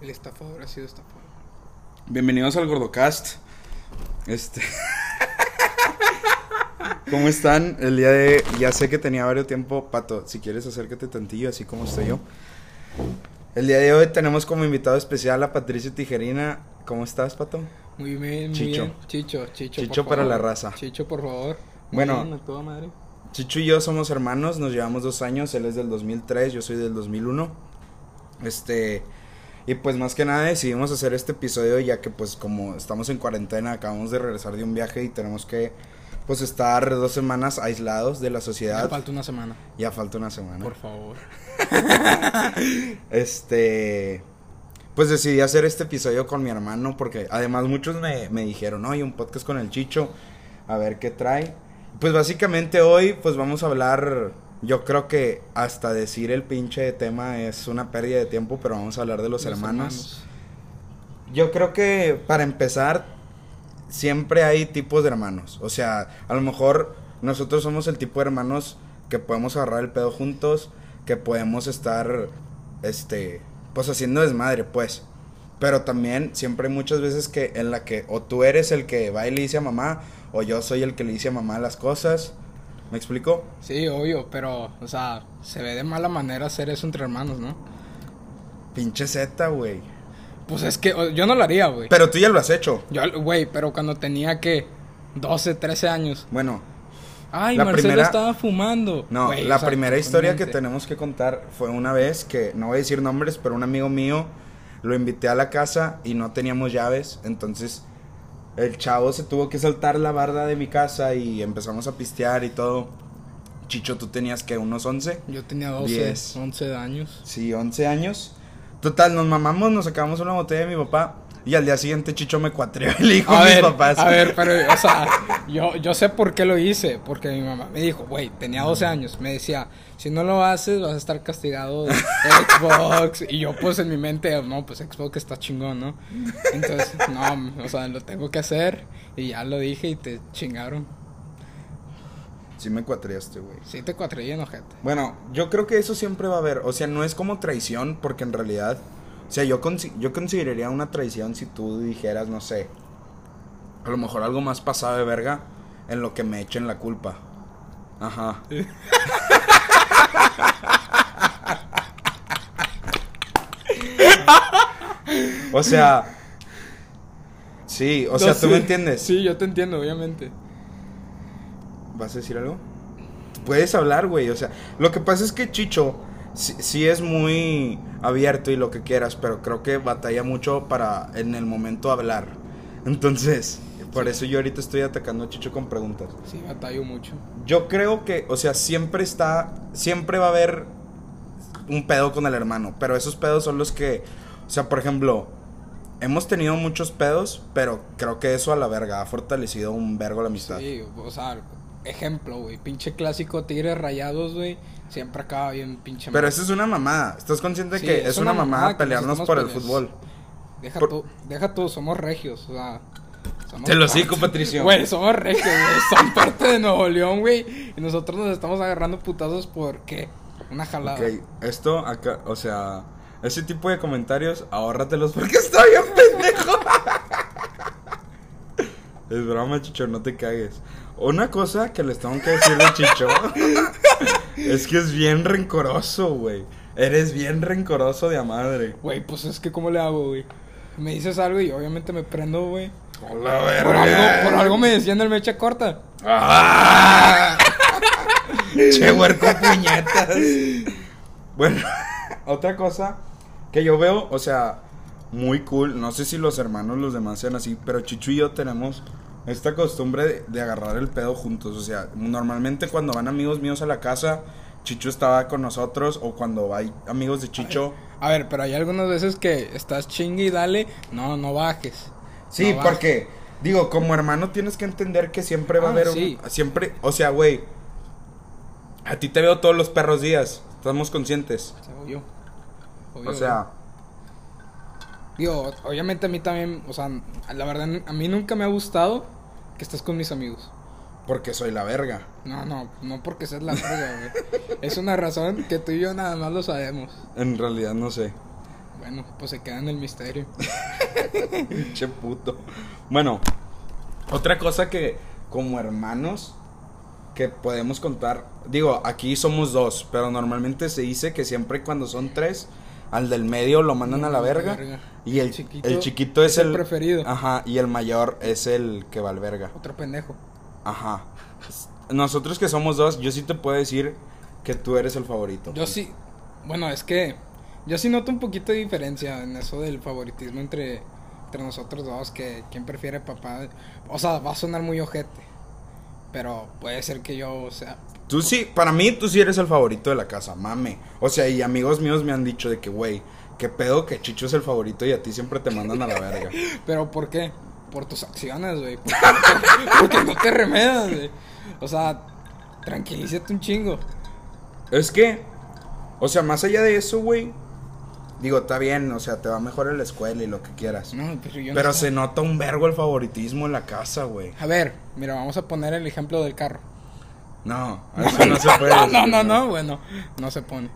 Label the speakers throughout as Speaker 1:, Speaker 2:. Speaker 1: El estafador habrá sido estafado.
Speaker 2: Bienvenidos al Gordocast. Este. ¿Cómo están? El día de. Ya sé que tenía varios tiempo. Pato, si quieres acércate tantillo, así como estoy yo. El día de hoy tenemos como invitado especial a Patricio Tijerina. ¿Cómo estás, Pato?
Speaker 1: Muy bien, muy
Speaker 2: Chicho.
Speaker 1: bien. Chicho, Chicho.
Speaker 2: Chicho para la raza.
Speaker 1: Chicho, por favor. Muy
Speaker 2: Bueno.
Speaker 1: bien, a toda madre.
Speaker 2: Chichu y yo somos hermanos, nos llevamos dos años, él es del 2003, yo soy del 2001. Este, y pues más que nada decidimos hacer este episodio ya que pues como estamos en cuarentena, acabamos de regresar de un viaje y tenemos que pues estar dos semanas aislados de la
Speaker 1: Ya
Speaker 2: sociedad.
Speaker 1: falta una semana,
Speaker 2: Ya falta una semana.
Speaker 1: por favor.
Speaker 2: Este, pues decidí hacer este episodio con mi hermano porque además muchos me, me dijeron, oye, un podcast con el Chicho, a ver qué trae. Pues básicamente hoy pues vamos a hablar, yo creo que hasta decir el pinche tema es una pérdida de tiempo, pero vamos a hablar de los, hermanos. Yo creo que para empezar, siempre hay tipos de hermanos. O sea, a lo mejor nosotros somos el tipo de hermanos que podemos agarrar el pedo juntos, que podemos estar, este, pues haciendo desmadre, pues. Pero también siempre hay muchas veces que en la que o tú eres el que va y le dice a mamá, o yo soy el que le dice a mamá las cosas. ¿Me explico?
Speaker 1: Sí, obvio, pero, o sea, se ve de mala manera hacer eso entre hermanos, ¿no?
Speaker 2: Pinche Z, güey.
Speaker 1: Pues es que o- yo no lo haría, güey.
Speaker 2: Pero tú ya lo has hecho.
Speaker 1: Yo, güey, pero cuando tenía que 12, 13 años.
Speaker 2: Bueno,
Speaker 1: Ay,
Speaker 2: La
Speaker 1: Marcelo
Speaker 2: primera-
Speaker 1: estaba fumando.
Speaker 2: No,
Speaker 1: Güey,
Speaker 2: la
Speaker 1: o sea,
Speaker 2: primera historia que
Speaker 1: totalmente.
Speaker 2: tenemos que contar fue una vez que, no voy a decir nombres, pero un amigo mío lo invité a la casa y no teníamos llaves, entonces el chavo se tuvo que saltar la barda de mi casa y empezamos a pistear y todo. Chicho, tú tenías que unos 11,
Speaker 1: Yo tenía 12,
Speaker 2: Diez.
Speaker 1: 11 años.
Speaker 2: sí, 11 años. Total, nos mamamos, nos sacamos una botella de mi papá y al día siguiente Chicho me cuatreó y le dijo a,
Speaker 1: A
Speaker 2: mis
Speaker 1: ver,
Speaker 2: papás.
Speaker 1: a ver, pero, o sea, yo, yo sé por qué lo hice, porque mi mamá me dijo, güey, tenía 12 años, me decía, si no lo haces vas a estar castigado de Xbox, y yo pues en mi mente, no, pues Xbox está chingón, ¿no? Entonces, no, o sea, lo tengo que hacer, y ya lo dije y te chingaron,
Speaker 2: Sí me cuatreaste, güey.
Speaker 1: sí te cuatreí enojate.
Speaker 2: Bueno, yo creo que eso siempre va a haber. O sea, no es como traición, porque en realidad. O sea, yo, consi- yo consideraría una traición si tú dijeras, no sé. A lo mejor algo más pasado de verga en lo que me echen la culpa. Ajá. o sea. Sí, o sea, tú me entiendes.
Speaker 1: Sí, yo te entiendo, obviamente.
Speaker 2: ¿Vas a decir algo? Puedes hablar, güey. O sea, lo que pasa es que Chicho sí, sí es muy abierto y lo que quieras, pero creo que batalla mucho para en el momento hablar. Entonces, por eso yo ahorita estoy atacando a Chicho con preguntas.
Speaker 1: Sí, batallo mucho.
Speaker 2: Yo creo que, o sea, siempre está, siempre va a haber un pedo con el hermano, pero esos pedos son los que, o sea, por ejemplo, hemos tenido muchos pedos, pero creo que eso a la verga ha fortalecido un vergo la amistad.
Speaker 1: Sí, o sea, ejemplo, güey, pinche clásico Tigres Rayados, güey, siempre acaba bien pinche
Speaker 2: Pero
Speaker 1: mal.
Speaker 2: eso es una mamada. ¿Estás consciente de
Speaker 1: Sí,
Speaker 2: que es una, mamada,
Speaker 1: que
Speaker 2: pelearnos
Speaker 1: nos
Speaker 2: por el
Speaker 1: estamos
Speaker 2: fútbol?
Speaker 1: Deja
Speaker 2: Por-
Speaker 1: tú, deja tú, somos regios, o sea. somos
Speaker 2: Te lo
Speaker 1: parte-
Speaker 2: sigo, Patricio.
Speaker 1: Güey, somos regios, güey. Son parte de Nuevo León, güey. Y nosotros nos estamos agarrando putazos porque una jalada.
Speaker 2: Ok, esto acá, o sea, ese tipo de comentarios, ahórratelos porque está bien pendejo. es broma, Chicho, no te cagues. Una cosa que les tengo que decir de Chicho es que es bien rencoroso, güey. Eres bien rencoroso de a madre.
Speaker 1: Güey, pues es que, ¿cómo le hago, güey? Me dices algo y obviamente me prendo, güey.
Speaker 2: Hola,
Speaker 1: Por algo, por algo me decían el mecha corta.
Speaker 2: Ah. Che, huerco puñetas. Bueno, otra cosa que yo veo, o sea, muy cool. No sé si los hermanos, los demás sean así, pero Chichu y yo tenemos esta costumbre de, de agarrar el pedo juntos. O sea, normalmente cuando van amigos míos a la casa, Chichu estaba con nosotros, o cuando hay amigos de Chicho.
Speaker 1: A ver, pero hay algunas veces que estás chingue y dale. No, no bajes.
Speaker 2: Sí,
Speaker 1: No bajes.
Speaker 2: porque digo, como hermano tienes que entender que siempre va a
Speaker 1: Ah,
Speaker 2: haber
Speaker 1: sí.
Speaker 2: un siempre, o sea, güey, a ti te veo todos los perros días, estamos conscientes.
Speaker 1: O sea, obvio. Obvio,
Speaker 2: o sea,
Speaker 1: Digo, obviamente a mí también, o sea, la verdad, a mí nunca me ha gustado que estés con mis amigos.
Speaker 2: Porque soy la verga.
Speaker 1: No, no, no porque seas la verga, güey. Es una razón que tú y yo nada más lo sabemos.
Speaker 2: En realidad no sé.
Speaker 1: Bueno, pues se queda en el misterio.
Speaker 2: Che puto. Bueno, otra cosa que como hermanos que podemos contar. Digo, aquí somos dos, pero normalmente se dice que siempre cuando son tres, al del medio lo mandan a la verga. Y el, el chiquito, es el, Ah.
Speaker 1: preferido.
Speaker 2: Ajá, y el mayor es el que va al verga.
Speaker 1: Otro pendejo.
Speaker 2: Ajá. Nosotros que somos dos, yo sí te puedo decir que tú eres el favorito.
Speaker 1: Yo sí, bueno, es que yo sí noto un poquito de diferencia en eso del favoritismo entre, entre nosotros dos, que quién prefiere papá. O sea, va a sonar muy ojete, pero puede ser que yo, o sea,
Speaker 2: Tú sí, para mí tú sí eres el favorito de la casa, mame. O sea, y amigos míos me han dicho de que, güey, qué pedo que Chicho es el favorito y a ti siempre te mandan a la verga.
Speaker 1: pero ¿por qué? Por tus acciones, güey. Porque, no te- porque no te remedas, güey. O sea, tranquilízate un chingo.
Speaker 2: Es que, o sea, más allá de eso, güey, digo, está bien, o sea, te va mejor en la escuela y lo que quieras.
Speaker 1: No, pero yo no
Speaker 2: Pero
Speaker 1: sé.
Speaker 2: se nota un vergo el favoritismo en la casa, güey.
Speaker 1: A ver, mira, vamos a poner el ejemplo del carro.
Speaker 2: No, eso no se puede.
Speaker 1: No, no,
Speaker 2: decir,
Speaker 1: no, no, bueno, no se pone.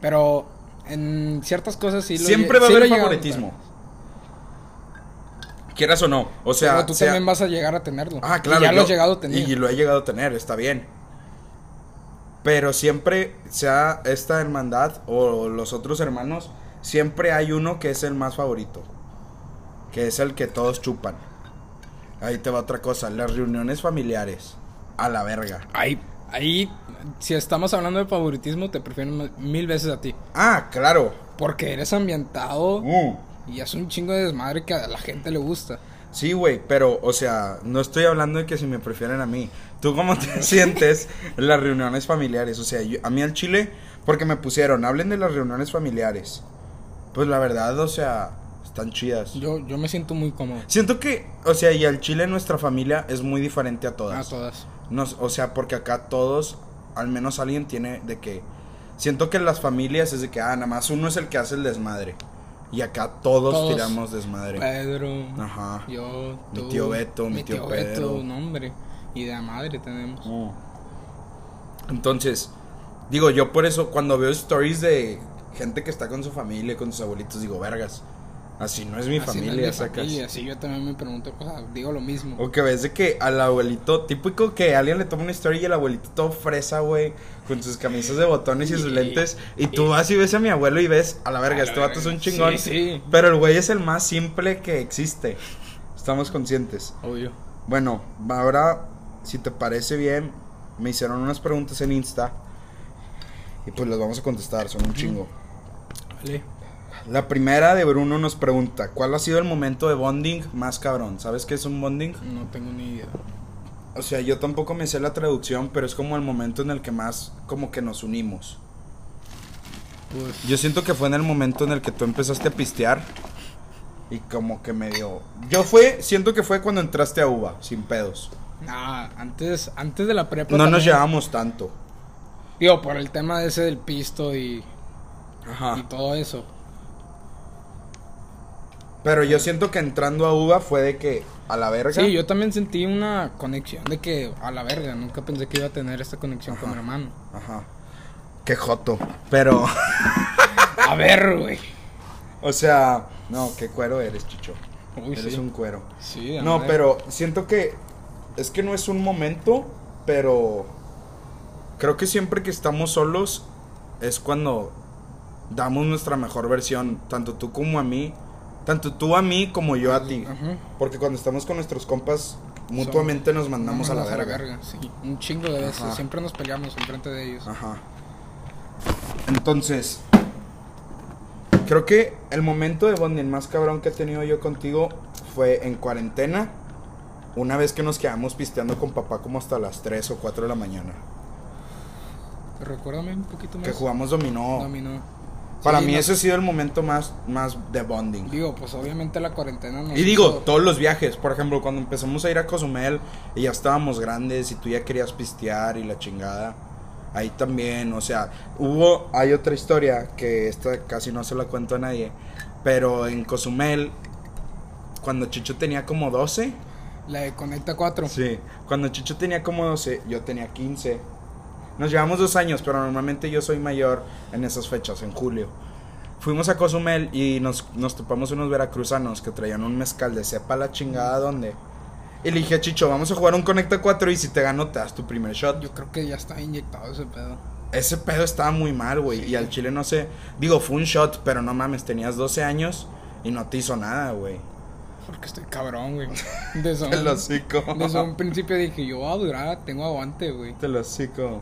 Speaker 1: Pero en ciertas cosas sí lo
Speaker 2: Siempre
Speaker 1: lle-
Speaker 2: va a
Speaker 1: sí
Speaker 2: haber
Speaker 1: lo llegamos
Speaker 2: favoritismo.
Speaker 1: ver.
Speaker 2: Quieras o no, o sea,
Speaker 1: Pero tú
Speaker 2: sea-
Speaker 1: también vas a llegar a tenerlo.
Speaker 2: Ah, claro.
Speaker 1: Y ya lo
Speaker 2: yo-
Speaker 1: has llegado a tener.
Speaker 2: Y lo he llegado a tener, está bien. Pero siempre, sea esta hermandad o los otros hermanos, siempre hay uno que es el más favorito. Que es el que todos chupan. Ahí te va otra cosa, las reuniones familiares. A la verga.
Speaker 1: Ahí, ahí, si estamos hablando de favoritismo, te prefiero más- mil veces a ti.
Speaker 2: Ah, claro.
Speaker 1: Porque eres ambientado
Speaker 2: Mm.
Speaker 1: y es un chingo de desmadre que a la gente le gusta.
Speaker 2: Sí, güey, pero, o sea, no estoy hablando de que si me prefieren a mí. ¿Tú cómo te sientes en las reuniones familiares? O sea, yo- a mí al chile, porque me pusieron, hablen de las reuniones familiares. Pues la verdad, o sea, están chidas.
Speaker 1: Yo, yo me siento muy cómodo.
Speaker 2: Siento que, o sea, y al chile nuestra familia es muy diferente a
Speaker 1: A
Speaker 2: todas.
Speaker 1: todas.
Speaker 2: Nos- o sea, porque acá todos, al menos alguien tiene de que... Siento que en las familias es de que, ah, nada más uno es el que hace el desmadre. Y acá todos,
Speaker 1: Todos. Eh.
Speaker 2: tiramos desmadre.
Speaker 1: Pedro,
Speaker 2: Ajá.
Speaker 1: yo,
Speaker 2: Mi
Speaker 1: tú,
Speaker 2: tío Beto, mi tío Pedro.
Speaker 1: un hombre. Y de la madre tenemos.
Speaker 2: Entonces, digo, yo por eso cuando veo stories de gente que está con su familia, con sus abuelitos, digo, vergas, así no es mi
Speaker 1: Así no es
Speaker 2: familia, sacas.
Speaker 1: familia, sí, yo también me pregunto, o sea, digo lo mismo.
Speaker 2: O que ves de que al abuelito, típico que alguien le toma una historia y el abuelito todo fresa, güey, con sus camisas de botones y sus
Speaker 1: Y-
Speaker 2: lentes. Y tú vas y ves a mi abuelo y ves, a la verga,
Speaker 1: A la
Speaker 2: este vato es
Speaker 1: verga.
Speaker 2: un chingón.
Speaker 1: Sí, sí.
Speaker 2: Pero el güey es el más simple que existe. Estamos conscientes.
Speaker 1: Obvio.
Speaker 2: Bueno, ahora, si te parece bien, me hicieron unas preguntas en Insta. Y pues las vamos a contestar, son un chingo.
Speaker 1: Vale.
Speaker 2: La primera de Bruno nos pregunta: ¿Cuál ha sido el momento de bonding más cabrón? ¿Sabes qué es un bonding?
Speaker 1: No tengo ni idea.
Speaker 2: O sea, yo tampoco me sé la traducción, pero es como el momento en el que más, como que nos unimos.
Speaker 1: Pues,
Speaker 2: Yo siento que fue en el momento en el que tú empezaste a pistear. Y como que me dio. Yo fue, siento que fue cuando entraste a UVA, sin pedos.
Speaker 1: nah, antes, antes de la prepa.
Speaker 2: No nos
Speaker 1: también-
Speaker 2: llevábamos tanto.
Speaker 1: Digo, por el tema de ese del pisto y,
Speaker 2: Ajá.
Speaker 1: y todo eso.
Speaker 2: Pero yo siento que entrando a UVA fue de que a la verga.
Speaker 1: Sí, yo también sentí una conexión de que, a la verga, nunca pensé que iba a tener esta conexión con mi hermano.
Speaker 2: Ajá. Qué joto. Pero,
Speaker 1: A ver, güey.
Speaker 2: o sea, no, qué cuero eres, chicho.
Speaker 1: Uy,
Speaker 2: eres
Speaker 1: sí.
Speaker 2: un cuero.
Speaker 1: Sí, a
Speaker 2: No,
Speaker 1: ver.
Speaker 2: pero siento que es que no es un momento, pero creo que siempre que estamos solos es cuando damos nuestra mejor versión, tanto tú como a mí, tanto tú a mí como yo a ti.
Speaker 1: Ajá.
Speaker 2: Porque cuando estamos con nuestros compas, mutuamente nos mandamos a la
Speaker 1: Vámonos
Speaker 2: verga.
Speaker 1: sí. Un chingo de veces.
Speaker 2: Ajá.
Speaker 1: Siempre nos peleamos enfrente de ellos.
Speaker 2: Ajá. Entonces, creo que el momento de bonding más cabrón que he tenido yo contigo fue en cuarentena, una vez que nos quedamos pisteando con papá como hasta las 3 o 4 de la mañana.
Speaker 1: Recuérdame un poquito más.
Speaker 2: Que jugamos dominó.
Speaker 1: Dominó.
Speaker 2: Para
Speaker 1: Sí,
Speaker 2: mí
Speaker 1: no-
Speaker 2: ese ha sido el momento más, más de bonding.
Speaker 1: Digo, pues obviamente la cuarentena no.
Speaker 2: Y digo, todos los viajes, por ejemplo, cuando empezamos a ir a Cozumel y ya estábamos grandes y tú ya querías pistear y la chingada. Ahí también, o sea, hubo, hay otra historia que esta casi no se la cuento a nadie, pero en Cozumel, cuando Chicho tenía como 12,
Speaker 1: La de Conecta 4.
Speaker 2: Sí, cuando Chicho tenía como 12, yo tenía 15. Nos llevamos dos años, pero normalmente yo soy mayor en esas fechas, en julio. Fuimos a Cozumel y nos, nos topamos unos veracruzanos que traían un mezcal de sepa la chingada dónde. Y le dije a Chicho, vamos a jugar un Conecta 4 y si te gano te das tu primer shot.
Speaker 1: Yo creo que ya está inyectado ese pedo.
Speaker 2: Ese pedo estaba muy mal, güey. Y al chile no sé. Digo, fue un shot, pero no mames, tenías 12 años y no te hizo nada, güey.
Speaker 1: Porque estoy cabrón, güey. Desde
Speaker 2: Te
Speaker 1: un,
Speaker 2: lo hocico.
Speaker 1: desde un principio dije, yo voy a durar, tengo aguante, güey.
Speaker 2: Te lo hocico.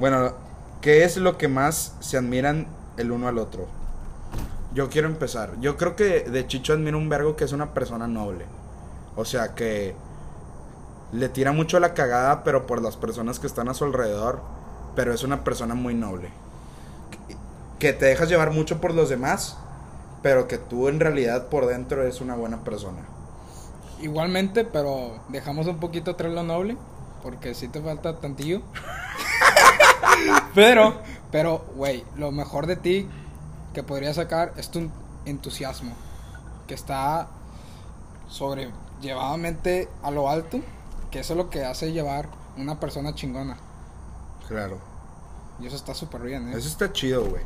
Speaker 2: Bueno, ¿qué es lo que más se admiran el uno al otro? Yo quiero empezar. Yo creo que de Chicho admiro un vergo que es una persona noble. O sea, que le tira mucho la cagada, pero por las personas que están a su alrededor. Pero es una persona muy noble. Que- Que te dejas llevar mucho por los demás, pero que tú en realidad por dentro eres una buena persona.
Speaker 1: Igualmente, pero dejamos un poquito atrás lo noble, porque sí te falta tantillo. pero, pero, güey, lo mejor de ti que podría sacar es tu entusiasmo, que está sobrellevadamente a lo alto, que eso es lo que hace llevar una persona chingona.
Speaker 2: Claro.
Speaker 1: Y eso está súper bien, ¿eh?
Speaker 2: Eso está chido, güey.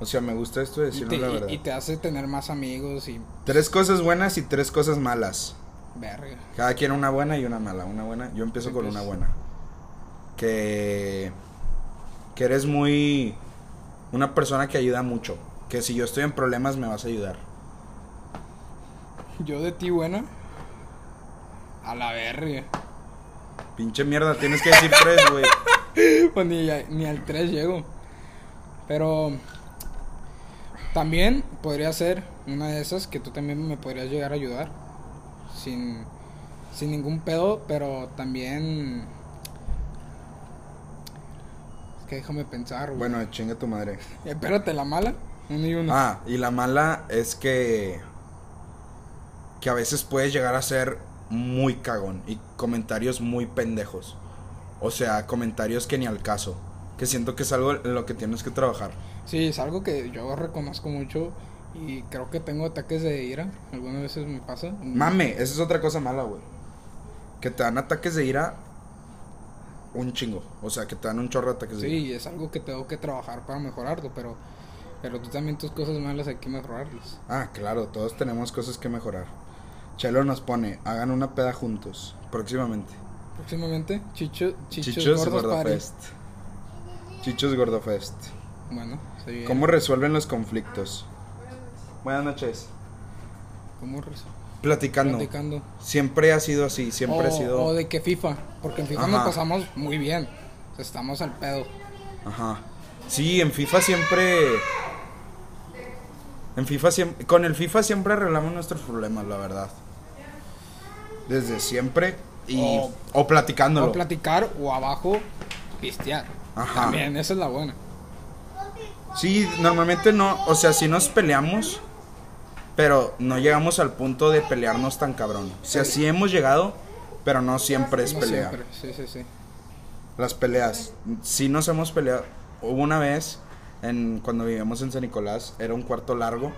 Speaker 2: O sea, me gusta esto de
Speaker 1: y,
Speaker 2: decirlo
Speaker 1: te,
Speaker 2: la
Speaker 1: y-
Speaker 2: verdad.
Speaker 1: y te hace tener más amigos y
Speaker 2: Tres cosas buenas y tres cosas malas.
Speaker 1: verga.
Speaker 2: Cada quien una buena y una mala. Una buena. Yo empiezo con una
Speaker 1: Empieza.
Speaker 2: buena. Que. Que eres muy. Una persona que ayuda mucho. Que si yo estoy en problemas me vas a ayudar.
Speaker 1: Yo de ti buena. A la verga.
Speaker 2: Pinche mierda, tienes que decir tres, güey.
Speaker 1: Pues ni, a- ni al 3 llego. Pero también podría ser una de esas que tú también me podrías llegar a ayudar. Sin, sin ningún pedo, pero también... Es que déjame pensar, güey. Eh,
Speaker 2: Bueno, chinga tu madre.
Speaker 1: Espérate, la mala. Uno y uno.
Speaker 2: Ah, y la mala es que. Que a veces puedes llegar a ser muy cagón. Y comentarios muy pendejos. O sea, comentarios que ni al caso. Que siento que es algo en lo que tienes que trabajar.
Speaker 1: Sí, es algo que yo reconozco mucho y creo que tengo ataques de ira. Algunas veces me pasa.
Speaker 2: Mame, esa es otra cosa mala, güey. Que te dan ataques de ira un chingo. O sea, que te dan un chorro de ataques de ira.
Speaker 1: Sí, es algo que tengo que trabajar para mejorarlo, pero, pero tú también tus cosas malas hay que mejorarlas.
Speaker 2: Ah, claro, todos tenemos cosas que mejorar. Chelo nos pone, hagan una peda juntos, próximamente.
Speaker 1: Próximamente, Chicho, Chichos, Gordos Party.
Speaker 2: Gordofest. Chichos Gordofest.
Speaker 1: Bueno, se viene.
Speaker 2: ¿Cómo resuelven los conflictos? Buenas noches.
Speaker 1: ¿Cómo res-
Speaker 2: Platicando.
Speaker 1: platicando?
Speaker 2: Siempre ha sido así, siempre
Speaker 1: o,
Speaker 2: ha sido...
Speaker 1: o de que FIFA, porque en FIFA nos
Speaker 2: Ajá.
Speaker 1: pasamos muy bien. O sea, Estamos al pedo.
Speaker 2: Ajá. Sí, en FIFA siempre. En FIFA siempre. Con el FIFA siempre arreglamos nuestros problemas, la verdad. Desde siempre. Y.
Speaker 1: O-
Speaker 2: O, platicándolo.
Speaker 1: Oh. O platicar o abajo pistear.
Speaker 2: Ajá.
Speaker 1: También, esa es la buena.
Speaker 2: sí, normalmente no. O sea, sí nos peleamos. Pero no llegamos al punto de pelearnos tan cabrón. O sea, sí hemos llegado. Pero no siempre es
Speaker 1: No
Speaker 2: pelea.
Speaker 1: siempre, sí, sí, sí.
Speaker 2: Las peleas. Sí nos hemos peleado. Hubo una vez, en, cuando vivíamos en San Nicolás, era un cuarto largo.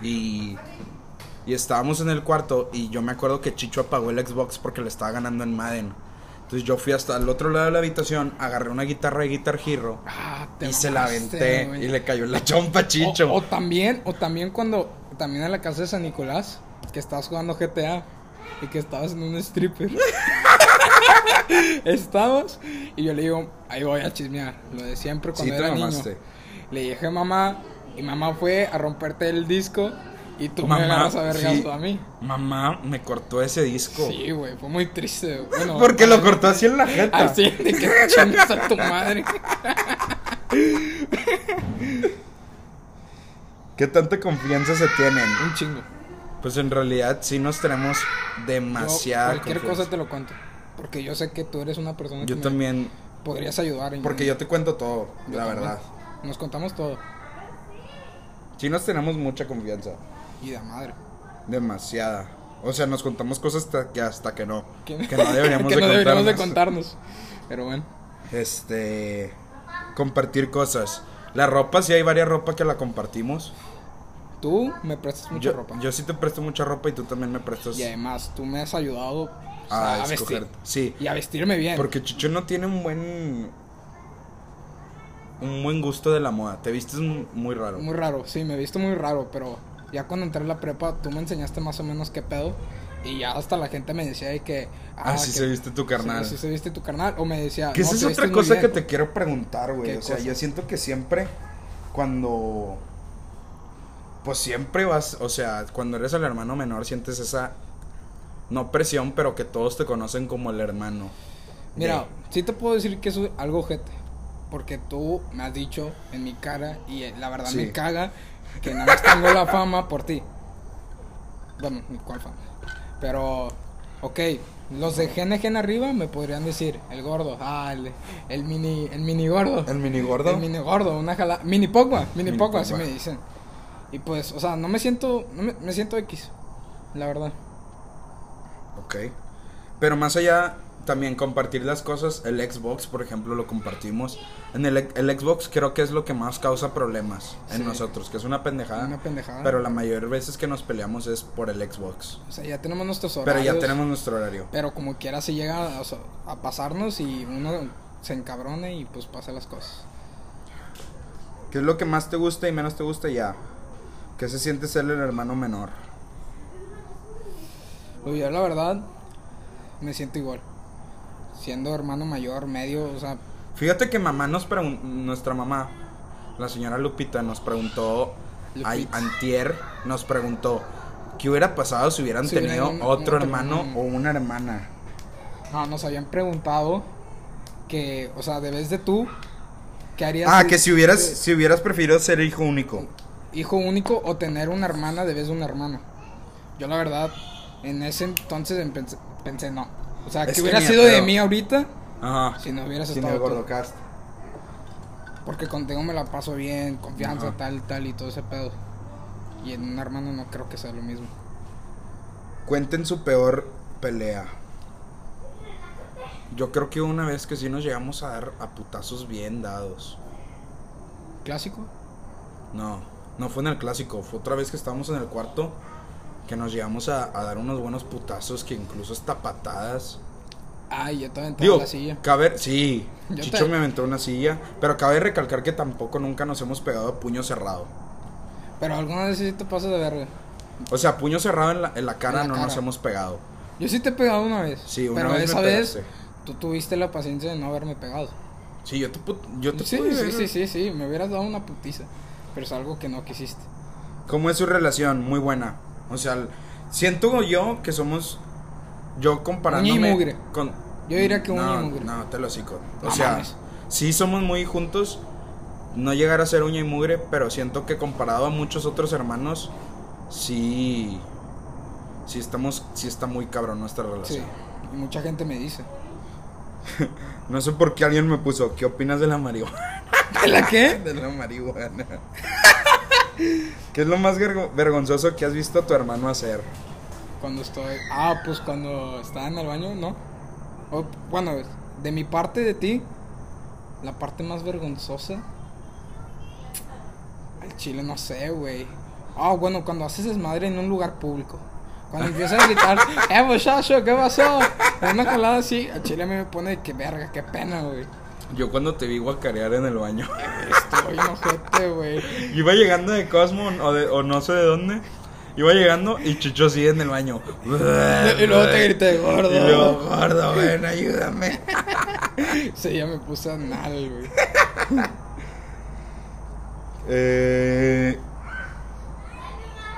Speaker 2: Y, y estábamos en el cuarto y yo me acuerdo que Chicho apagó el Xbox porque le estaba ganando en Madden. Entonces yo fui hasta el otro lado de la habitación, agarré una guitarra de Guitar Hero
Speaker 1: Ah,
Speaker 2: y
Speaker 1: te
Speaker 2: se la
Speaker 1: mamaste,
Speaker 2: aventé
Speaker 1: güey.
Speaker 2: y le cayó en la chompa a Chicho.
Speaker 1: O, o también, o también cuando, también en la casa de San Nicolás, que estabas jugando GTA y que estabas en un stripper. estabas y yo le digo, ahí voy a chismear, lo de siempre
Speaker 2: sí,
Speaker 1: cuando
Speaker 2: te
Speaker 1: era niño.
Speaker 2: mamaste.
Speaker 1: Le dije mamá y mamá fue a romperte el disco y tú
Speaker 2: Mamá,
Speaker 1: me agarras a vergas
Speaker 2: sí.
Speaker 1: a mí.
Speaker 2: oh, Mamá me cortó ese disco.
Speaker 1: Sí, güey, fue muy triste. güey. Bueno,
Speaker 2: Porque lo cortó así en la jeta.
Speaker 1: Así, de que chingas a tu madre.
Speaker 2: ¿Qué tanta confianza se tienen?
Speaker 1: Un chingo.
Speaker 2: Pues en realidad sí nos tenemos
Speaker 1: Yo
Speaker 2: demasiada
Speaker 1: cualquier
Speaker 2: confianza.
Speaker 1: cosa te lo cuento. Porque yo sé que tú eres una persona
Speaker 2: Yo
Speaker 1: que me
Speaker 2: también,
Speaker 1: podrías ayudar. en-
Speaker 2: porque yo te cuento todo,
Speaker 1: yo
Speaker 2: la
Speaker 1: también.
Speaker 2: verdad.
Speaker 1: Nos contamos todo.
Speaker 2: Sí nos tenemos mucha confianza,
Speaker 1: Y de madre.
Speaker 2: demasiada. O sea, nos contamos cosas hasta que, hasta que no,
Speaker 1: Que-
Speaker 2: que no deberíamos,
Speaker 1: que
Speaker 2: de,
Speaker 1: no deberíamos de
Speaker 2: contarnos.
Speaker 1: contarnos. Pero bueno.
Speaker 2: Este, compartir cosas. La ropa, sí hay varias ropa que la compartimos.
Speaker 1: tú me prestas mucha
Speaker 2: yo,
Speaker 1: ropa.
Speaker 2: yo sí te presto mucha ropa y tú también me prestas
Speaker 1: y además, tú me has ayudado o sea,
Speaker 2: a
Speaker 1: a vestir.
Speaker 2: escoger. Sí,
Speaker 1: Y a vestirme bien.
Speaker 2: porque Chicho no tiene un buen. Un buen gusto de la moda. Te vistes mu- muy raro.
Speaker 1: Muy raro, sí, me he visto muy raro, pero ya cuando entré a la prepa, tú me enseñaste más o menos qué pedo. Y ya hasta la gente me decía de que.
Speaker 2: Ah, sí
Speaker 1: que-
Speaker 2: se viste tu carnal.
Speaker 1: Sí, sí se viste tu carnal. O me decía.
Speaker 2: Que
Speaker 1: "No,
Speaker 2: esa es
Speaker 1: te vistes
Speaker 2: otra
Speaker 1: muy
Speaker 2: cosa que
Speaker 1: bien".
Speaker 2: te quiero preguntar, güey.
Speaker 1: ¿Qué
Speaker 2: O sea,
Speaker 1: cosa?
Speaker 2: yo siento que siempre, cuando. Pues siempre vas. O sea, cuando eres el hermano menor, sientes esa. No presión, pero que todos te conocen como el hermano.
Speaker 1: Mira,
Speaker 2: De-
Speaker 1: sí te puedo decir que es un- algo ojete. Porque tú me has dicho en mi cara, y eh, la verdad
Speaker 2: Sí.
Speaker 1: me caga, que nada más tengo la fama por ti. Bueno, ni cuál fama. Pero, ok, los de GNG en arriba me podrían decir, el gordo, ah, el, el mini, el mini gordo.
Speaker 2: El mini gordo.
Speaker 1: El mini gordo, una jala, mini pogba, mini,
Speaker 2: Mini
Speaker 1: pogba, así
Speaker 2: Pogba.
Speaker 1: me dicen. Y pues, o sea, no me siento, no me, me siento X, la verdad.
Speaker 2: Ok. Pero más allá, también compartir las cosas. El Xbox, por ejemplo, lo compartimos. En el, el Xbox creo que es lo que más causa problemas en
Speaker 1: Sí.
Speaker 2: nosotros, que es una pendejada.
Speaker 1: Una pendejada.
Speaker 2: Ah, Pero la mayor veces que nos peleamos es por el Xbox.
Speaker 1: O sea, ya tenemos nuestros
Speaker 2: Pero
Speaker 1: horarios.
Speaker 2: ya tenemos nuestro horario.
Speaker 1: Pero como quiera se llega o sea, a pasarnos y uno se encabrona y pues pasa las cosas.
Speaker 2: ¿Qué es lo que más te gusta y menos te gusta ya? ¿Qué se siente ser el hermano menor?
Speaker 1: Uy, yo la verdad me siento igual. Siendo hermano mayor, medio, o sea,
Speaker 2: Fíjate que mamá nos preguntó, nuestra mamá, la señora Lupita, nos preguntó,
Speaker 1: Lupita.
Speaker 2: ay, antier, nos preguntó, ¿qué hubiera pasado si hubieran
Speaker 1: Si hubieran
Speaker 2: tenido
Speaker 1: un-
Speaker 2: otro
Speaker 1: otro
Speaker 2: hermano
Speaker 1: hermano.
Speaker 2: o una hermana?
Speaker 1: ah, nos habían preguntado que, o sea, debes de tú, ¿qué harías?
Speaker 2: Ah, que si hubieras, si hubieras preferido ser hijo único.
Speaker 1: hijo único o tener una hermana debes de una hermana. Yo la verdad, en ese entonces em- pensé, pensé no. O sea,
Speaker 2: Es
Speaker 1: que
Speaker 2: que
Speaker 1: hubiera
Speaker 2: ni a
Speaker 1: sido de
Speaker 2: pedo.
Speaker 1: mí ahorita
Speaker 2: Ajá.
Speaker 1: si no hubieras
Speaker 2: Sin
Speaker 1: estado
Speaker 2: el
Speaker 1: tú.
Speaker 2: gordocast.
Speaker 1: Porque contigo me la paso bien, confianza,
Speaker 2: Ajá.
Speaker 1: tal, tal y todo ese pedo. Y en un hermano no creo que sea lo mismo.
Speaker 2: Cuenten su peor pelea. Yo creo que hubo una vez que sí nos llegamos a dar a putazos bien dados.
Speaker 1: ¿Clásico?
Speaker 2: No, no fue en el clásico, fue otra vez que estábamos en el cuarto que nos llegamos a, a dar unos buenos putazos que incluso hasta patadas.
Speaker 1: Ay, yo te aventaba
Speaker 2: Digo,
Speaker 1: la silla.
Speaker 2: cabe, sí,
Speaker 1: Yo
Speaker 2: Chicho
Speaker 1: te-
Speaker 2: me aventó una silla, pero cabe recalcar que tampoco nunca nos hemos pegado a puño cerrado.
Speaker 1: Pero alguna vez sí te pasas de verga.
Speaker 2: O sea, puño cerrado en la, en la cara
Speaker 1: En la
Speaker 2: no nos
Speaker 1: cara.
Speaker 2: hemos pegado.
Speaker 1: Yo sí te he pegado una vez.
Speaker 2: Sí, una
Speaker 1: pero
Speaker 2: vez me
Speaker 1: esa vez
Speaker 2: pegaste.
Speaker 1: tú tuviste la paciencia de no haberme pegado.
Speaker 2: Sí, yo te, pu- yo te
Speaker 1: Sí,
Speaker 2: pude
Speaker 1: sí,
Speaker 2: ver.
Speaker 1: sí, sí, sí, me hubieras dado una putiza. Pero es algo que no quisiste.
Speaker 2: ¿Cómo es su relación? Muy buena. O sea, l- siento yo que somos. Yo comparándome.
Speaker 1: Uña y mugre.
Speaker 2: Con,
Speaker 1: Yo diría que uña y
Speaker 2: no,
Speaker 1: mugre.
Speaker 2: No, te lo hocico. O
Speaker 1: No
Speaker 2: sea,
Speaker 1: mames.
Speaker 2: sí somos muy juntos. No llegar a ser uña y mugre, pero siento que comparado a muchos otros hermanos, sí. Sí, estamos, sí está muy cabrón nuestra
Speaker 1: Sí.
Speaker 2: relación.
Speaker 1: Y mucha gente me dice.
Speaker 2: No sé por qué alguien me puso, ¿qué opinas de la marihuana?
Speaker 1: ¿De la qué?
Speaker 2: De la marihuana. ¿Qué es lo más vergo- vergonzoso que has visto a tu hermano hacer?
Speaker 1: Cuando estoy. Ah, pues cuando estaba en el baño, ¿no? O, bueno, de mi parte de ti, la parte más vergonzosa. Al chile, no sé, güey. Ah, bueno, cuando haces desmadre en un lugar público. Cuando empiezas a gritar, ¡eh, muchacho, qué pasó! Una calada así, al chile a mí me pone que verga, qué pena, güey.
Speaker 2: Yo cuando te vi guacarear en el baño.
Speaker 1: Estoy enojete, güey.
Speaker 2: Iba llegando de Cosmo o, de- o no sé de dónde. Iba llegando y Chicho sigue en el baño.
Speaker 1: Y luego te grité, gordo.
Speaker 2: Ah, Y luego, gordo, ven, ayúdame.
Speaker 1: Sí, ya me puse anal, güey.
Speaker 2: Eh,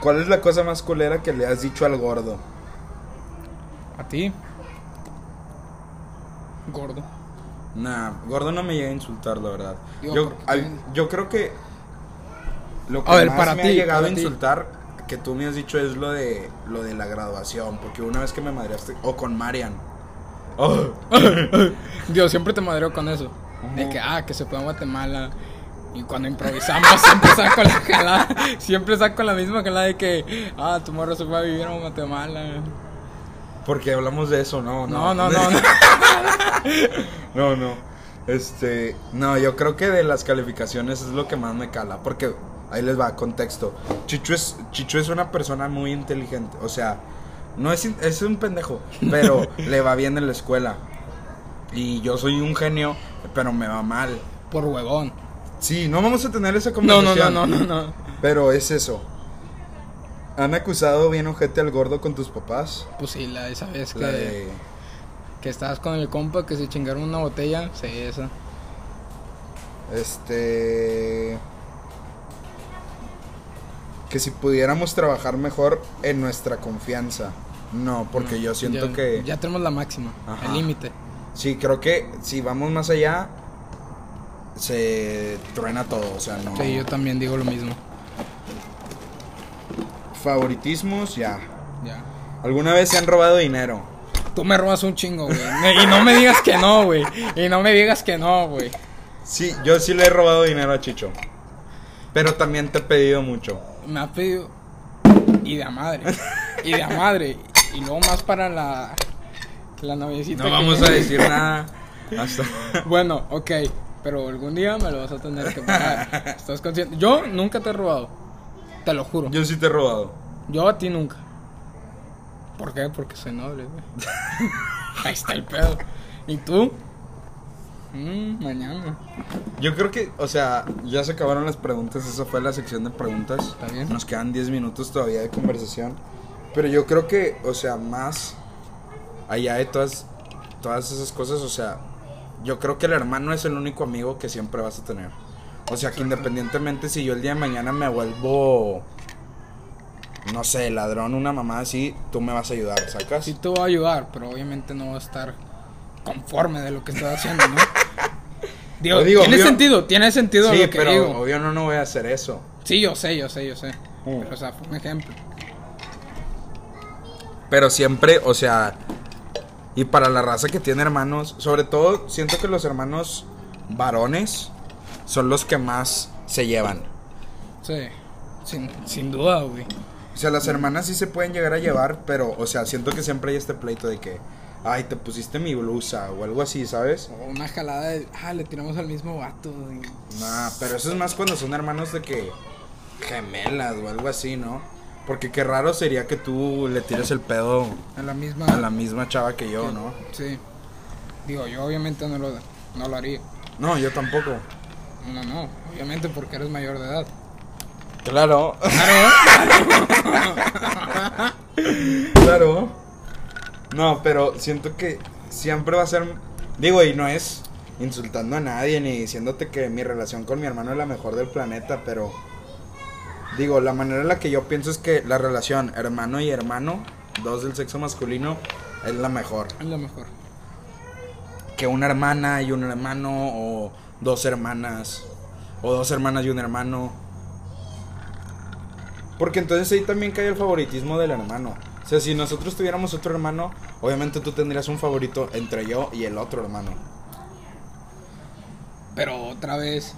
Speaker 2: ¿Cuál es la cosa más culera que le has dicho al gordo?
Speaker 1: ¿A ti? Gordo.
Speaker 2: Nah, gordo no me llega a insultar, la verdad.
Speaker 1: Digo,
Speaker 2: Yo,
Speaker 1: porque
Speaker 2: al-
Speaker 1: también-
Speaker 2: yo creo que lo que
Speaker 1: A ver,
Speaker 2: más
Speaker 1: para
Speaker 2: me
Speaker 1: ti,
Speaker 2: ha llegado
Speaker 1: para
Speaker 2: a
Speaker 1: ti.
Speaker 2: insultar que tú me has dicho es lo de lo de la graduación, porque una vez que me madreaste o con Marian. Oh,
Speaker 1: Dios, siempre te madreo con eso. De
Speaker 2: Ujú.
Speaker 1: que, ah, que se fue a Guatemala. Y cuando improvisamos, siempre saco la jalada. Siempre saco la misma jalada de que, ah, tu morro se fue a vivir a Guatemala.
Speaker 2: porque hablamos de eso, no,
Speaker 1: No, no, no.
Speaker 2: No,
Speaker 1: no.
Speaker 2: no. Este, no, yo creo que de las calificaciones es lo que más me cala, porque Ahí les va, contexto. Chicho es, Chicho es una persona muy inteligente. O sea, no es, in- es un pendejo, pero le va bien en la escuela. Y yo soy un genio, pero me va mal.
Speaker 1: Por huevón.
Speaker 2: Sí, no vamos a tener esa
Speaker 1: No,
Speaker 2: conversación.
Speaker 1: no, no, no, no, no.
Speaker 2: Pero es eso. ¿Han acusado bien ojete al gordo con tus papás?
Speaker 1: Pues sí, la de esa vez que,
Speaker 2: La de...
Speaker 1: que estabas con el compa que se chingaron una botella. Sí, esa.
Speaker 2: Este... Que si pudiéramos trabajar mejor en nuestra confianza. No, porque
Speaker 1: No,
Speaker 2: yo siento
Speaker 1: ya-
Speaker 2: que...
Speaker 1: Ya tenemos la máxima,
Speaker 2: Ajá.
Speaker 1: el límite.
Speaker 2: Sí, creo que si vamos más allá, se truena todo. O sea, no...
Speaker 1: Sí, yo también digo lo mismo.
Speaker 2: Favoritismos, ya.
Speaker 1: Ya.
Speaker 2: ¿Alguna vez se han robado dinero?
Speaker 1: Tú me robas un chingo, güey. Me- Y no me digas que no, güey. Y no me digas que no, güey.
Speaker 2: Sí, yo sí le he robado dinero a Chicho. Pero también te he pedido mucho.
Speaker 1: Me has pedido. Y de a madre. Y de a madre. Y luego más para la. La noviecita.
Speaker 2: No
Speaker 1: que
Speaker 2: vamos a
Speaker 1: tiene.
Speaker 2: decir nada. Hasta...
Speaker 1: Bueno, ok. Pero algún día me lo vas a tener que pagar. ¿Estás consciente? Yo nunca te he robado. Te lo juro. Yo,
Speaker 2: Yo sí te he robado.
Speaker 1: a ti nunca. ¿Por qué? Porque soy noble, güey. Ahí está el pedo. ¿Y tú? Mm, mañana.
Speaker 2: Yo creo que, o sea, ya se acabaron las preguntas. Esa fue la sección de preguntas.
Speaker 1: Está bien.
Speaker 2: Nos quedan 10 minutos todavía de conversación. Pero yo creo que, o sea, más allá de todas, todas esas cosas, o sea, yo creo que el hermano es el único amigo que siempre vas a tener. O sea, que independientemente si yo el día de mañana me vuelvo, no sé, ladrón, una mamá así, tú me vas a ayudar, ¿sacas?
Speaker 1: Sí te va a ayudar, pero obviamente no va a estar conforme de lo que estás haciendo, ¿no? Digo,
Speaker 2: Lo digo,
Speaker 1: tiene
Speaker 2: obvio-
Speaker 1: sentido, tiene sentido
Speaker 2: Sí,
Speaker 1: lo que
Speaker 2: pero
Speaker 1: digo.
Speaker 2: obvio no, no voy a hacer eso.
Speaker 1: Sí, yo sé, yo sé, yo sé.
Speaker 2: Mm.
Speaker 1: Pero, o sea, fue un ejemplo.
Speaker 2: Pero siempre, o sea, y para la raza que tiene hermanos, sobre todo siento que los hermanos varones son los que más se llevan.
Speaker 1: Sí, sin, sin duda, güey.
Speaker 2: O sea, las hermanas sí se pueden llegar a llevar, pero, o sea, siento que siempre hay este pleito de que, ay, te pusiste mi blusa o algo así, ¿sabes?
Speaker 1: O Una jalada de, ah, le tiramos al mismo vato. güey.
Speaker 2: Nah, pero eso es más cuando son hermanos de que gemelas o algo así, ¿no? Porque qué raro sería que tú le tires el pedo
Speaker 1: A la misma.
Speaker 2: a la misma chava que yo, ¿no?
Speaker 1: Sí. Digo, yo obviamente no lo, no lo haría.
Speaker 2: No, yo tampoco.
Speaker 1: No, no, obviamente porque eres mayor de edad.
Speaker 2: Claro.
Speaker 1: Claro,
Speaker 2: Claro. No, pero siento que siempre va a ser. Digo, y no es insultando a nadie ni diciéndote que mi relación con mi hermano es la mejor del planeta, pero. Digo, la manera en la que yo pienso es que la relación hermano y hermano, dos del sexo masculino, es la mejor.
Speaker 1: es lo mejor.
Speaker 2: Que una hermana y un hermano, o dos hermanas, o dos hermanas y un hermano. Porque entonces ahí también cae el favoritismo del hermano. O sea, si nosotros tuviéramos otro hermano, obviamente tú tendrías un favorito entre yo y el otro hermano.
Speaker 1: Pero otra vez,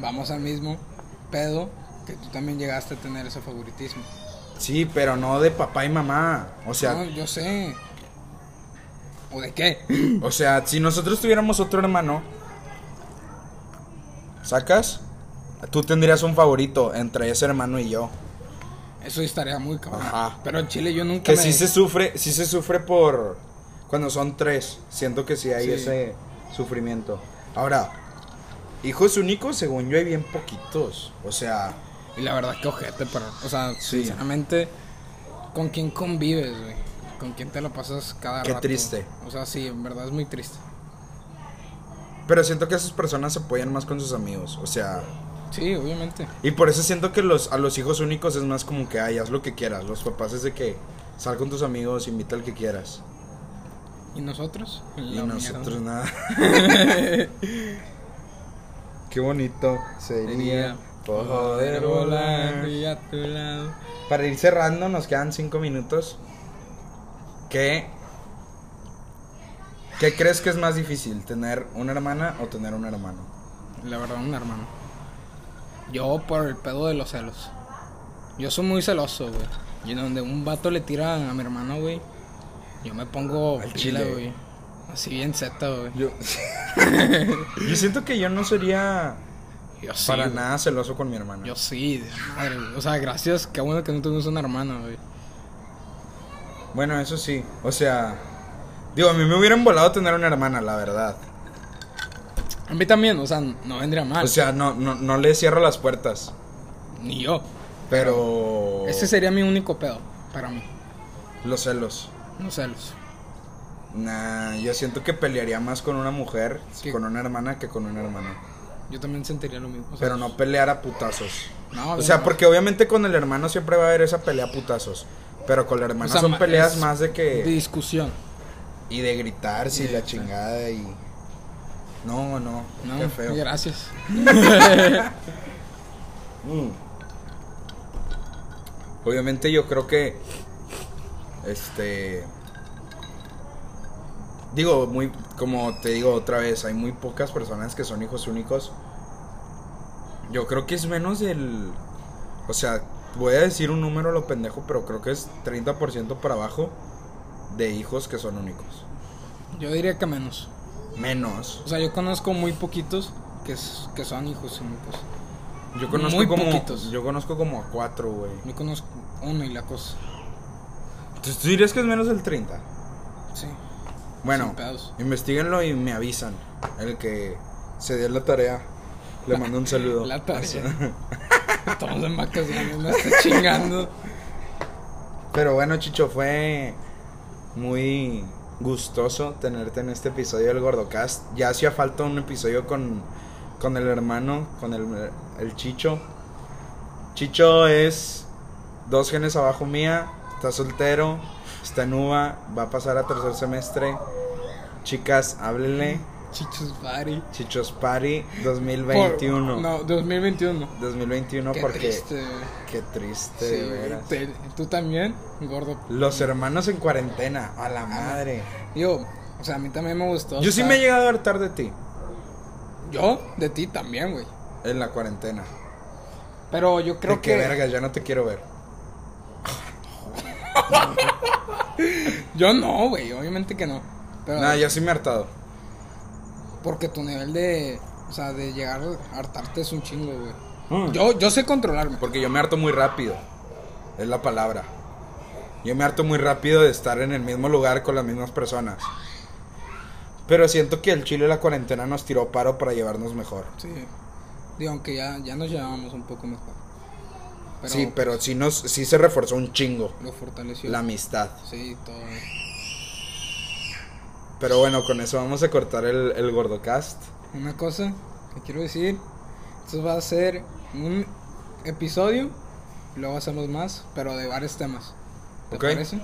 Speaker 1: vamos al mismo pedo que tú también llegaste a tener ese favoritismo.
Speaker 2: Sí, pero no de papá y mamá. O
Speaker 1: No,
Speaker 2: sea,
Speaker 1: yo sé. ¿O de qué?
Speaker 2: o sea, si nosotros tuviéramos otro hermano, ¿sacas? Tú tendrías un favorito entre ese hermano y yo.
Speaker 1: Eso estaría muy cabrón.
Speaker 2: Ajá.
Speaker 1: Pero en Chile yo nunca
Speaker 2: Que
Speaker 1: me...
Speaker 2: sí se sufre, sí se sufre por cuando son tres. Siento que sí hay
Speaker 1: Sí.
Speaker 2: ese sufrimiento. Ahora, hijos únicos, según yo, hay bien poquitos. O sea,
Speaker 1: Y la verdad que ojete, pero... O sea,
Speaker 2: Sí.
Speaker 1: sinceramente, ¿con quién convives, güey? ¿Con quién te lo pasas cada
Speaker 2: Qué
Speaker 1: rato?
Speaker 2: triste.
Speaker 1: O sea, sí, en verdad es muy triste.
Speaker 2: pero siento que esas personas se apoyan más con sus amigos. O sea,
Speaker 1: Sí, obviamente.
Speaker 2: y por eso siento que los, a los hijos únicos es más como que ay, haz lo que quieras. Los papás es de que sal con tus amigos, invita al que quieras.
Speaker 1: ¿Y nosotros?
Speaker 2: Y
Speaker 1: La
Speaker 2: nosotros
Speaker 1: mierda.
Speaker 2: nada. Qué bonito sería
Speaker 1: Sería
Speaker 2: poder volar.
Speaker 1: y a tu lado.
Speaker 2: Para ir cerrando, nos quedan cinco minutos. ¿Qué? ¿Qué crees que es más difícil, tener una hermana o tener un hermano?
Speaker 1: La verdad, un hermano. Yo por el pedo de los celos. Yo soy muy celoso, güey. Y en donde un vato le tira a mi hermano, güey, yo me pongo
Speaker 2: Al
Speaker 1: pila,
Speaker 2: chile.
Speaker 1: güey. Así bien zeta, güey.
Speaker 2: Yo, yo siento que yo no sería
Speaker 1: Yo sí.
Speaker 2: Para
Speaker 1: güey.
Speaker 2: nada celoso con mi hermana.
Speaker 1: Yo sí, de madre, güey. O sea, gracias. Qué bueno que no tuvimos una hermana, güey.
Speaker 2: Bueno, eso sí. O sea, digo, a mí me hubieran volado tener una hermana, la verdad.
Speaker 1: A mí también, o sea, no vendría mal.
Speaker 2: O sea, no, no, no le cierro las puertas.
Speaker 1: ni yo.
Speaker 2: Pero.
Speaker 1: Ese sería mi único pedo para mí.
Speaker 2: Los celos.
Speaker 1: Los celos.
Speaker 2: Nah, yo siento que pelearía más con una mujer,
Speaker 1: Sí.
Speaker 2: con una hermana, que con un hermano.
Speaker 1: Yo también sentiría lo mismo. o sea,
Speaker 2: Pero no pelear a putazos.
Speaker 1: No,
Speaker 2: o
Speaker 1: no,
Speaker 2: sea,
Speaker 1: no.
Speaker 2: porque obviamente con el hermano siempre va a haber esa pelea a putazos. Pero con la hermana
Speaker 1: O sea,
Speaker 2: son
Speaker 1: ma-
Speaker 2: peleas
Speaker 1: es
Speaker 2: más de que.
Speaker 1: de discusión.
Speaker 2: Y de gritarse y
Speaker 1: Sí,
Speaker 2: la
Speaker 1: sí.
Speaker 2: chingada y. No, no,
Speaker 1: No,
Speaker 2: qué feo.
Speaker 1: gracias.
Speaker 2: Mm. Obviamente yo creo que. Este. Digo, muy. Como te digo otra vez, hay muy pocas personas que son hijos únicos. Yo creo que es menos del. O sea, voy a decir un número a lo pendejo, pero creo que es 30% para abajo de hijos que son únicos.
Speaker 1: Yo diría que menos.
Speaker 2: Menos.
Speaker 1: O sea, yo conozco muy poquitos que, s- que son hijos pues, únicos.
Speaker 2: Yo conozco
Speaker 1: Muy
Speaker 2: como.
Speaker 1: poquitos.
Speaker 2: Yo conozco como a cuatro, güey.
Speaker 1: Yo conozco uno y la cosa.
Speaker 2: Entonces, ¿Tú dirías que es menos del 30?
Speaker 1: Sí.
Speaker 2: Bueno,
Speaker 1: Sin pedos.
Speaker 2: investiguenlo y me avisan. El que se dio la tarea. Le mando un saludo. Ah,
Speaker 1: La tarea. Estamos en vacaciones, me está chingando.
Speaker 2: Pero bueno, Chicho, fue muy gustoso tenerte en este episodio del Gordocast. Ya hacía falta un episodio con, con el hermano, con el, el Chicho. Chicho es dos genes abajo mía, está soltero, está en UVA, va a pasar a tercer semestre. Chicas, háblenle.
Speaker 1: Chichos Party.
Speaker 2: Chichos Party
Speaker 1: Por-
Speaker 2: 2021.
Speaker 1: no, 2021.
Speaker 2: 2021
Speaker 1: Qué
Speaker 2: porque
Speaker 1: triste. güey.
Speaker 2: qué triste.
Speaker 1: Sí,
Speaker 2: de
Speaker 1: güey,
Speaker 2: veras.
Speaker 1: te- Tú también, gordo.
Speaker 2: Los hermanos en cuarentena, a
Speaker 1: Ah.
Speaker 2: la madre.
Speaker 1: Yo, o sea, a mí también me gustó.
Speaker 2: Yo
Speaker 1: o
Speaker 2: sí
Speaker 1: sea,
Speaker 2: me he llegado a hartar de ti
Speaker 1: Yo, de ti también, güey.
Speaker 2: en la cuarentena.
Speaker 1: Pero yo creo
Speaker 2: De
Speaker 1: que.
Speaker 2: que verga, ya no te quiero ver.
Speaker 1: Yo no, güey, obviamente que no. Pero
Speaker 2: Nada, yo sí me he hartado.
Speaker 1: porque tu nivel de. O sea, de llegar a hartarte es un chingo, güey. Yo, yo sé controlarme.
Speaker 2: Porque yo me harto muy rápido. Es la palabra. Yo me harto muy rápido de estar en el mismo lugar con las mismas personas. Pero siento que el chile de la cuarentena nos tiró paro para llevarnos mejor.
Speaker 1: Sí. Digo, aunque ya, ya nos llevábamos un poco mejor. Pero
Speaker 2: sí, pero sí, nos, sí se reforzó un chingo
Speaker 1: lo fortaleció.
Speaker 2: la amistad.
Speaker 1: Sí, todo. güey.
Speaker 2: Pero bueno, con eso vamos a cortar el, el gordocast.
Speaker 1: Una cosa que quiero decir, esto va a ser un episodio, luego hacemos más, pero de varios temas. ¿Te
Speaker 2: Ok.
Speaker 1: parece?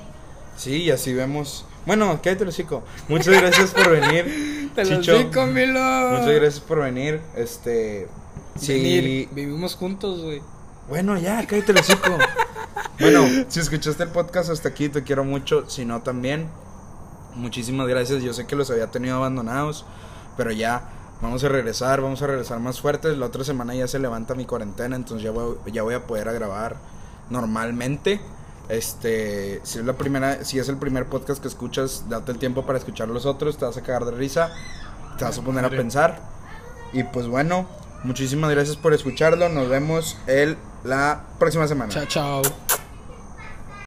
Speaker 2: Sí, y así vemos. Bueno, cállate el hocico. Muchas gracias por venir.
Speaker 1: Te lo
Speaker 2: Chicho.
Speaker 1: digo, Milo.
Speaker 2: Muchas gracias por venir. Este. Sí.
Speaker 1: Venir, vivimos juntos, güey.
Speaker 2: Bueno, ya, cállate el hocico. bueno, si escuchaste el podcast hasta aquí, te quiero mucho. Si no, también. Muchísimas gracias. Yo sé que los había tenido abandonados. Pero ya, vamos a regresar. Vamos a regresar más fuertes. La otra semana ya se levanta mi cuarentena. Entonces ya voy, ya voy a poder a grabar normalmente. Este, si es la primera, si es el primer podcast que escuchas, date el tiempo para escuchar los otros, te vas a cagar de risa, te vas a poner a pensar. Y pues bueno, muchísimas gracias por escucharlo. Nos vemos el, la próxima semana.
Speaker 1: Chao, chao.